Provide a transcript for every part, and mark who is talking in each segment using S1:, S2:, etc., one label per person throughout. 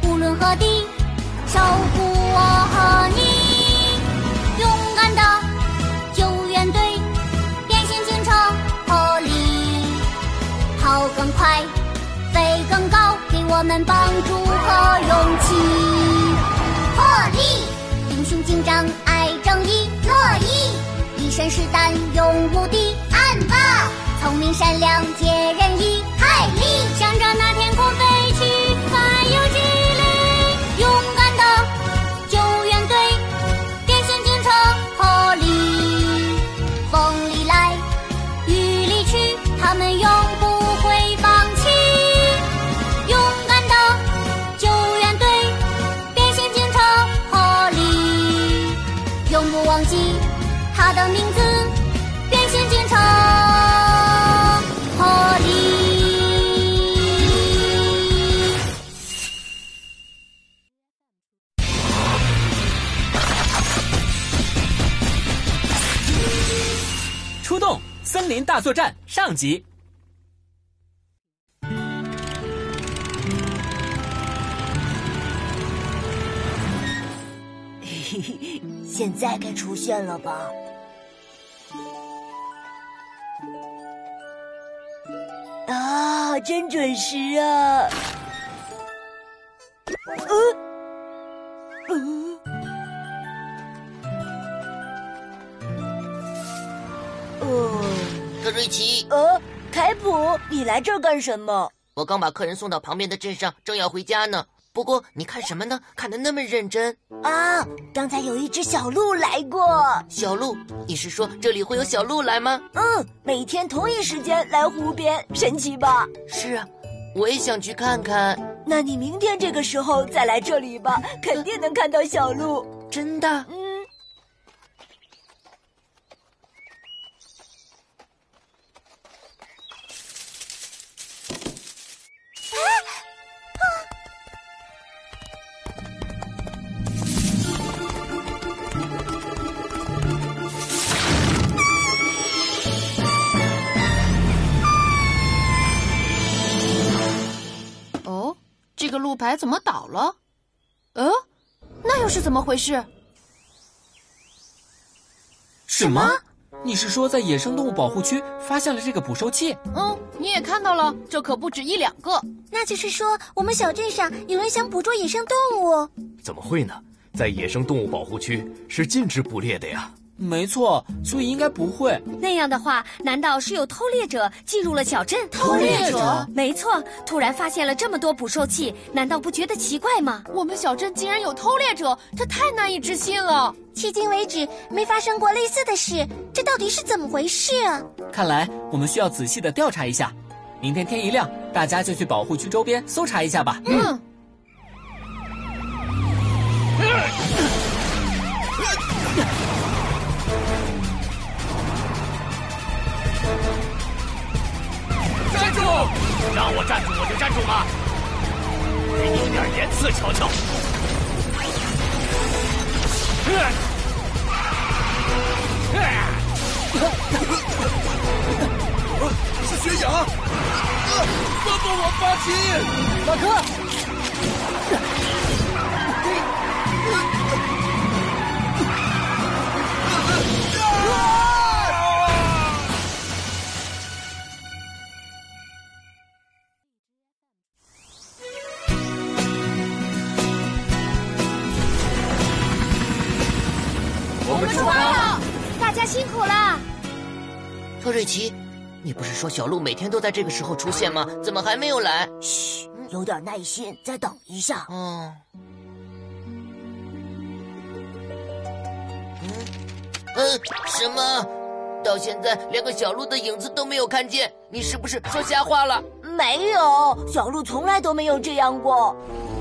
S1: 天和地，守护我和你。勇敢的救援队，变形警车破例，跑更快，飞更高，给我们帮助和勇气。破例，英雄警长爱正义，乐意一身是胆勇无敌，暗霸聪明善良解人意，海力向着那天空飞去，还有激励，勇敢的救援队，变形警车破例，风里来，雨里去，他们永不会放弃。勇敢的救援队，变形警车破例，永不忘记他的名字，变形警车破例。
S2: 出动！森林大作战上集。
S3: 现在该出现了吧？啊，真准时啊！呃，呃，
S4: 特瑞奇，
S3: 呃，呃，凯普，你来这儿干什么？
S4: 我刚把客人送到旁边的镇上，正要回家呢。不过你看什么呢？看得那么认真。
S3: 啊，刚才有一只小鹿来过。
S4: 小鹿，你是说这里会有小鹿来吗？
S3: 嗯，每天同一时间来湖边，神奇吧？
S4: 是啊，我也想去看看。
S3: 那你明天这个时候再来这里 吧，肯定能看到小鹿。
S4: 真的？
S3: 嗯，
S5: 哦，这个路牌怎么倒了？呃，那又是怎么回事？
S2: 什么？你是说在野生动物保护区发现了这个捕兽器？
S5: 嗯，你也看到了，这可不止一两个。
S1: 那就是说，我们小镇上有人想捕捉野生动物。
S6: 怎么会呢？在野生动物保护区是禁止捕猎的呀。
S2: 没错，所以应该不会。
S1: 那样的话，难道是有偷猎者进入了小镇？
S5: 偷猎者
S1: 没错，突然发现了这么多捕兽器，难道不觉得奇怪吗？
S5: 我们小镇竟然有偷猎者，这太难以置信了。
S1: 迄今为止没发生过类似的事，这到底是怎么回事啊？
S2: 看来我们需要仔细的调查一下。明天天一亮，大家就去保护区周边搜查一下吧。
S5: 嗯，
S6: 站住！让我站住我就站住吧。给你点颜色瞧瞧。
S7: 是雪影，啊帮帮我发起！
S2: 马克，
S4: 我们出发。
S5: 了。
S1: 大家辛苦啦！
S4: 特瑞奇，你不是说小鹿每天都在这个时候出现吗？怎么还没有来？
S3: 嘘，有点耐心，再等一下。
S4: 哦，嗯，呃，什么？到现在连个小鹿的影子都没有看见，你是不是说瞎话了？
S3: 没有，小鹿从来都没有这样过，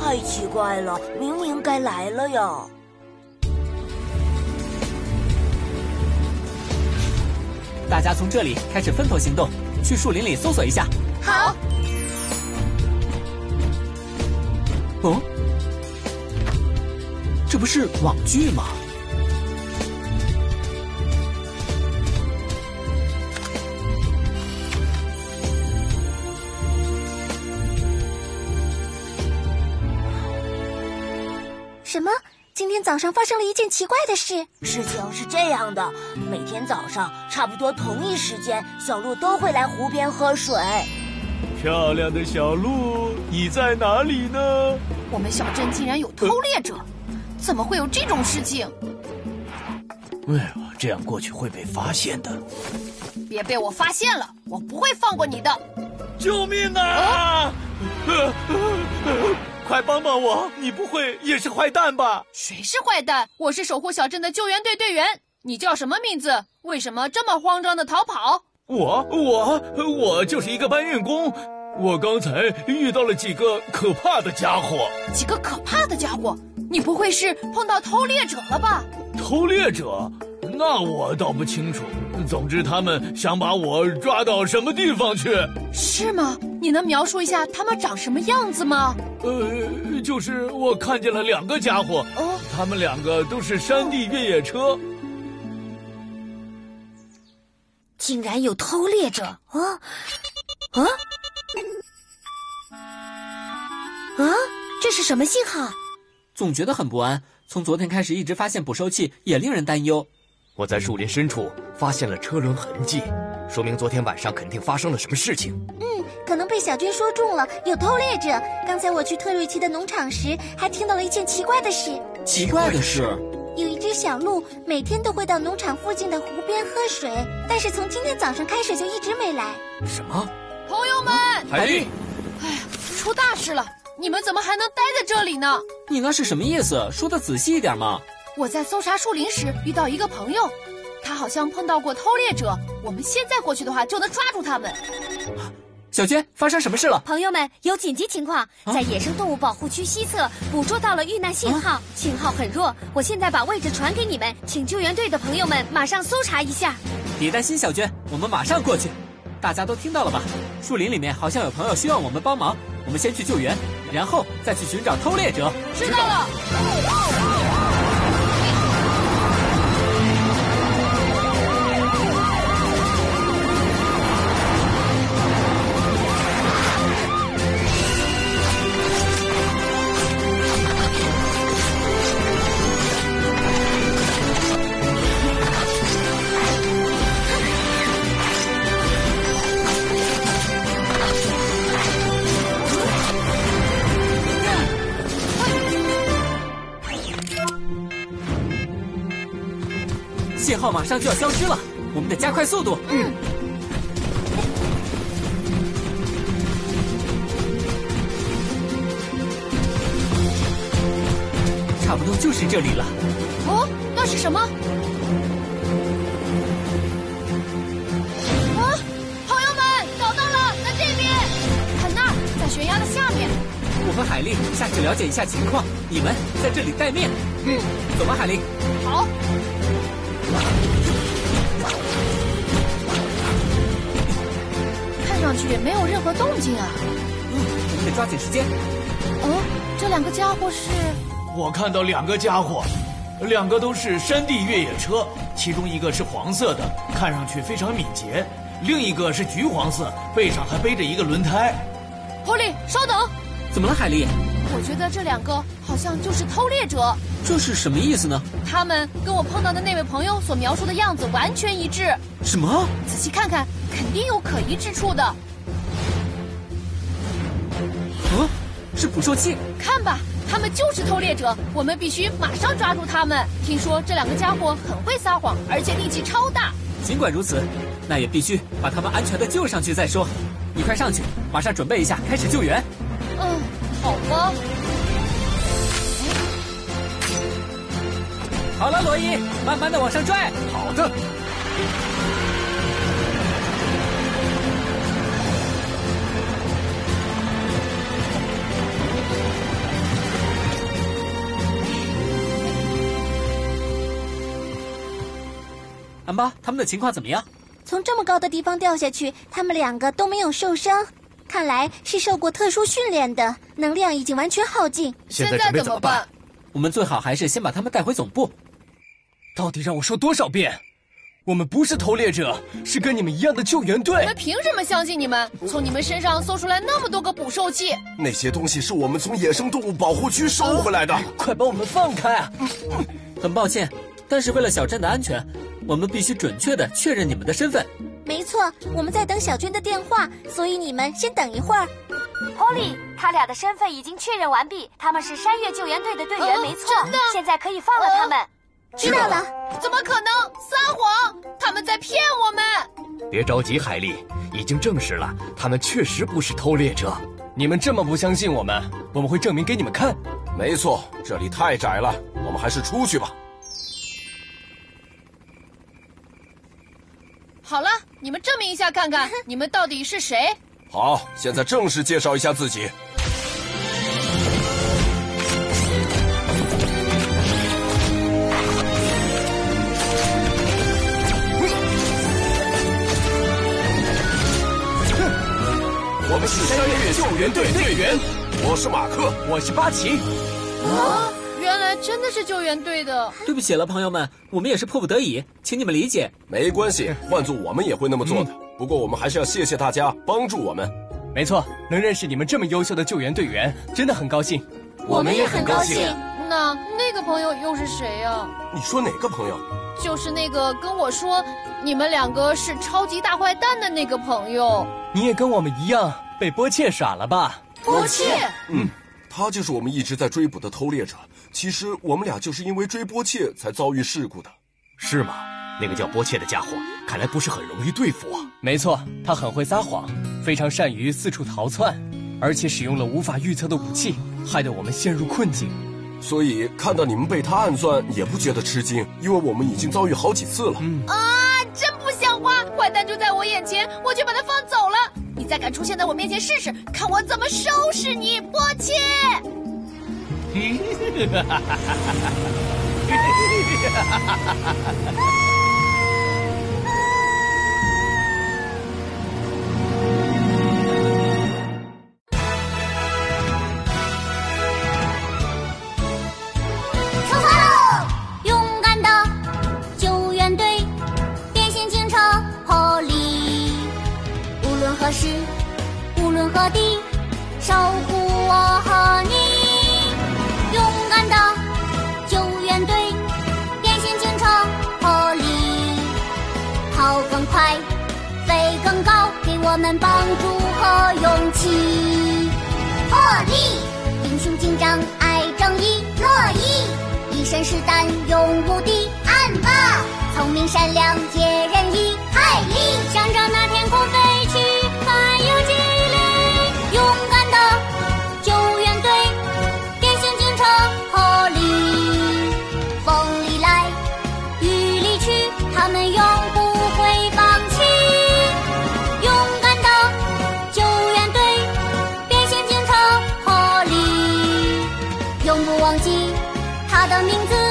S3: 太奇怪了，明明该来了呀。
S2: 大家从这里开始分头行动，去树林里搜索一下。
S5: 好，
S2: 哦，这不是网剧吗？
S8: 什么？今天早上发生了一件奇怪的事。
S3: 事情是这样的，每天早上差不多同一时间，小鹿都会来湖边喝水。
S6: 漂亮的小鹿，你在哪里呢？
S5: 我们小镇竟然有偷猎者，怎么会有这种事情？
S6: 哎呀，这样过去会被发现的。
S5: 别被我发现了，我不会放过你的。
S6: 救命啊！呃呃呃快帮帮我！你不会也是坏蛋吧？
S5: 谁是坏蛋？我是守护小镇的救援队队员。你叫什么名字？为什么这么慌张的逃跑？
S6: 我我我就是一个搬运工，我刚才遇到了几个可怕的家伙，
S5: 几个可怕的家伙！你不会是碰到偷猎者了吧？
S6: 偷猎者。那我倒不清楚，总之他们想把我抓到什么地方去？
S5: 是吗？你能描述一下他们长什么样子吗？
S6: 呃，就是我看见了两个家伙，
S5: 哦
S6: 他们两个都是山地越野车。
S8: 竟然有偷猎者啊啊啊！这是什么信号？
S2: 总觉得很不安。从昨天开始一直发现捕兽器，也令人担忧。
S9: 我在树林深处发现了车轮痕迹，说明昨天晚上肯定发生了什么事情。
S8: 可能被小军说中了，有偷猎者。刚才我去特瑞奇的农场时，还听到了一件奇怪的事：
S2: 奇怪的是，
S8: 有一只小鹿每天都会到农场附近的湖边喝水，但是从今天早上开始就一直没来。
S2: 什么？
S5: 朋友们，
S2: 海丽，
S5: 出大事了！你们怎么还能待在这里呢？
S2: 你那是什么意思？说的仔细一点嘛。
S5: 我在搜查树林时遇到一个朋友，他好像碰到过偷猎者。我们现在过去的话，就能抓住他们。
S2: 小娟，发生什么事了？
S8: 朋友们，有紧急情况，在野生动物保护区西侧捕捉到了遇难信号，信号很弱。我现在把位置传给你们，请救援队的朋友们马上搜哎查一下。
S2: 别担心，小娟，我们马上过去。大家都听到了吧？树林里面好像有朋友需要我们帮忙，我们先去救援，然后再去寻找偷猎者。
S5: 知道了。
S2: 信号马上就要消失了，我们得加快速度。嗯。差不多就是这里了。
S5: 哦，那是什么？啊，朋友们，找到了，在这边，看那儿，在悬崖的下面。
S2: 我和海丽下去了解一下情况，你们在这里待命。嗯，走吧，海丽。
S5: 好，看上去也没有任何动静啊。
S2: 嗯，我们得抓紧时间。
S5: 哦，这两个家伙是……
S6: 我看到两个家伙，两个都是山地越野车，其中一个是黄色的，看上去非常敏捷；另一个是橘黄色，背上还背着一个轮胎。
S5: 狐狸，稍等，
S2: 怎么了，海丽？
S5: 我觉得这两个好像就是偷猎者，
S2: 这是什么意思呢？
S5: 他们跟我碰到的那位朋友所描述的样子完全一致。
S2: 什么？
S5: 仔细看看，肯定有可疑之处的。
S2: 啊，是捕兽器。
S5: 看吧，他们就是偷猎者，我们必须马上抓住他们。听说这两个家伙很会撒谎，而且力气超大。
S2: 尽管如此，那也必须把他们安全的救上去再说。你快上去，马上准备一下，开始救援。
S5: 嗯，好吧，
S2: 好了，罗伊，慢慢的往上拽。
S9: 好的，
S2: 安巴，他们的情况怎么样？
S8: 从这么高的地方掉下去，他们两个都没有受伤，看来是受过特殊训练的，能量已经完全耗尽。
S9: 现
S5: 在
S9: 在准备
S5: 怎
S9: 怎
S5: 么
S9: 么办？？
S2: 我们最好还是先把他们带回总部。
S6: 到底让我说多少遍？
S9: 我们不是偷猎者，是跟你们一样的救援
S5: 我
S9: 队
S5: 们。凭什么相信你们？从你们身上搜出来那么多个捕兽器，
S7: 那些东西是我们从野生动物保护区收回来的。
S9: 快把我们放开啊！
S2: 很抱歉，但是为了小镇的安全，我们必须准确的确认你们的身份。
S1: 没错，我们在等小娟的电话，所以你们先等一会儿。
S8: Polly，他俩的身份已经确认完毕，他们是山岳救援队的队员，
S5: 哦
S8: 没错。
S5: 真的
S8: 现在可以放了他们。
S1: 知道了，
S5: 怎么可能？撒谎！他们在骗我们！
S9: 别着急，海莉，已经证实了，他们确实不是偷猎者。
S7: 你们这么不相信我们，我们会证明给你们看。没错，这里太窄了，我们还是出去吧。
S5: 好了，你们证明一下看看，你们到底是谁？
S7: 好，现在正式介绍一下自己。我们是山岳救援队队员，我是马克，
S9: 我是八旗，
S5: 原来真的是救援队的。
S2: 对不起了，朋友们，我们也是迫不得已，请你们理解。
S7: 没关系，换做我们也会那么做的。不过我们还是要谢谢大家帮助我们。
S9: 没错，能认识你们这么优秀的救援队员，真的很高兴。
S1: 我们也很高兴。
S5: 那那个朋友又是谁呀、
S7: 你说哪个朋友？
S5: 就是那个跟我说你们两个是超级大坏蛋的那个朋友。
S9: 你也跟我们一样被波切耍了吧？
S5: 波切，
S1: 嗯
S7: 嗯他就是我们一直在追捕的偷猎者。其实我们俩就是因为追波切才遭遇事故的。
S9: 是吗？那个叫波切的家伙，看来不是很容易对付啊。没错，他很会撒谎，非常善于四处逃窜，而且使用了无法预测的武器，害得我们陷入困境。
S7: 所以看到你们被他暗算，也不觉得吃惊，因为我们已经遭遇好几次了。
S5: 真不像话！坏蛋就在我眼前，我就把他放走了。你再敢出现在我面前试试，看我怎么收拾你，波切！
S1: 出发喽！勇敢的救援队，变形警车破例，无论何时，无论何地，守护我和你。勇敢的救援队，变形警车破例，跑更快，飞更高，给我们帮助和勇气。破例，英雄警长爱正义，乐意一身是胆勇无敌，暗霸聪明善良解人意，海力向着那天空飞去，还有激励，勇敢的救援队，变形警车破例，风里来雨里去，他们永不会放弃。勇敢的救援队，变形警车破例，永不忘记他的名字，